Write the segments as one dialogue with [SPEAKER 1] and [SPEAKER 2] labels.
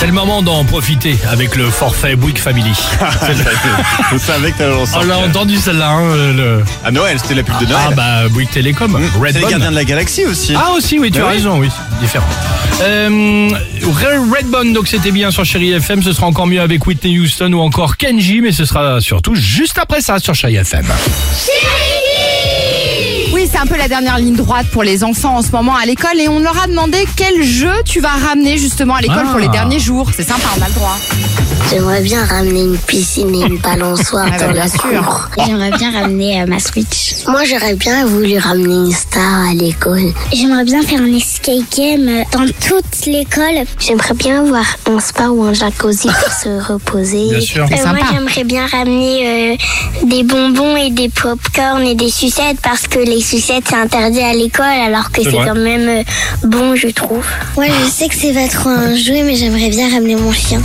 [SPEAKER 1] C'est le moment d'en profiter avec le forfait Bouygues Family.
[SPEAKER 2] Vous savez que t'allais en
[SPEAKER 1] On l'a
[SPEAKER 2] sortir.
[SPEAKER 1] entendu celle-là, hein, euh, le...
[SPEAKER 2] À Noël, c'était la pub de Noël.
[SPEAKER 1] Ah bah Bouygues Télécom,
[SPEAKER 2] C'est les
[SPEAKER 1] Redbone.
[SPEAKER 2] gardiens de la galaxie aussi.
[SPEAKER 1] Ah aussi oui tu
[SPEAKER 2] Bah
[SPEAKER 1] as
[SPEAKER 2] oui.
[SPEAKER 1] raison oui différent. Euh, Re- Redbone donc c'était bien sur Chéri FM ce sera encore mieux avec Whitney Houston ou encore Kenji mais ce sera surtout juste après ça sur Chéri FM.
[SPEAKER 3] Oui, c'est un peu la dernière ligne droite pour les enfants en ce moment à l'école et on leur a demandé quel jeu tu vas ramener justement à l'école
[SPEAKER 1] Ah.
[SPEAKER 3] pour les derniers jours. C'est sympa, on a le droit.
[SPEAKER 4] J'aimerais bien ramener une piscine et une balançoire
[SPEAKER 3] Ah bah,
[SPEAKER 4] dans
[SPEAKER 3] bien
[SPEAKER 4] la
[SPEAKER 3] sûr.
[SPEAKER 4] cour. J'aimerais bien ramener euh, ma Switch. Moi, j'aurais bien voulu ramener une star à l'école. J'aimerais bien faire un escape game euh, dans toute l'école. J'aimerais bien avoir un spa ou un jacuzzi pour se reposer. Euh,
[SPEAKER 1] Bien sûr.
[SPEAKER 3] C'est
[SPEAKER 4] moi,
[SPEAKER 3] sympa.
[SPEAKER 4] j'aimerais bien ramener euh, des bonbons et des popcorn et des sucettes parce que les sucettes, c'est interdit à l'école alors que
[SPEAKER 1] C'est
[SPEAKER 4] c'est
[SPEAKER 1] vrai.
[SPEAKER 4] quand même euh, bon, je trouve. Ouais, je sais que c'est pas trop un jouet, mais j'aimerais bien ramener mon chien.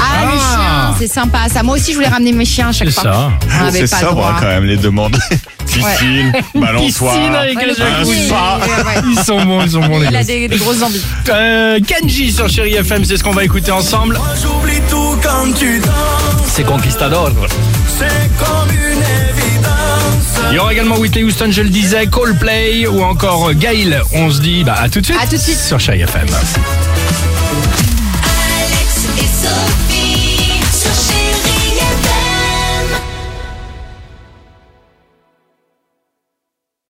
[SPEAKER 3] Ah, les
[SPEAKER 1] Ah.
[SPEAKER 3] chiens, c'est sympa. Ça, moi aussi, je voulais ramener mes chiens à chaque
[SPEAKER 1] C'est
[SPEAKER 3] fois.
[SPEAKER 1] ça.
[SPEAKER 3] On n'avait
[SPEAKER 2] C'est
[SPEAKER 3] Ah, pas le
[SPEAKER 2] sobre hein,
[SPEAKER 3] droit.
[SPEAKER 2] quand même les demandes.
[SPEAKER 1] Piscine
[SPEAKER 2] Piscine, balançoire.
[SPEAKER 1] avec
[SPEAKER 3] Ouais,
[SPEAKER 1] les
[SPEAKER 3] le
[SPEAKER 1] jacuzzi.
[SPEAKER 3] jacuzzi,
[SPEAKER 2] spa.
[SPEAKER 3] ouais, ouais.
[SPEAKER 1] Ils sont bons ils sont bons les
[SPEAKER 3] Il a
[SPEAKER 1] gosses.
[SPEAKER 3] des, des grosses envies.
[SPEAKER 1] Euh, Kenji sur Chéri FM c'est ce qu'on va écouter ensemble.
[SPEAKER 5] J'oublie tout quand tu danses,
[SPEAKER 1] C'est Conquistador.
[SPEAKER 5] c'est comme une évidence.
[SPEAKER 1] Il y aura également Whitney Houston je le disais, Coldplay ou encore Gail. On se dit bah à tout de suite.
[SPEAKER 3] À tout de suite.
[SPEAKER 1] sur Chéri FM.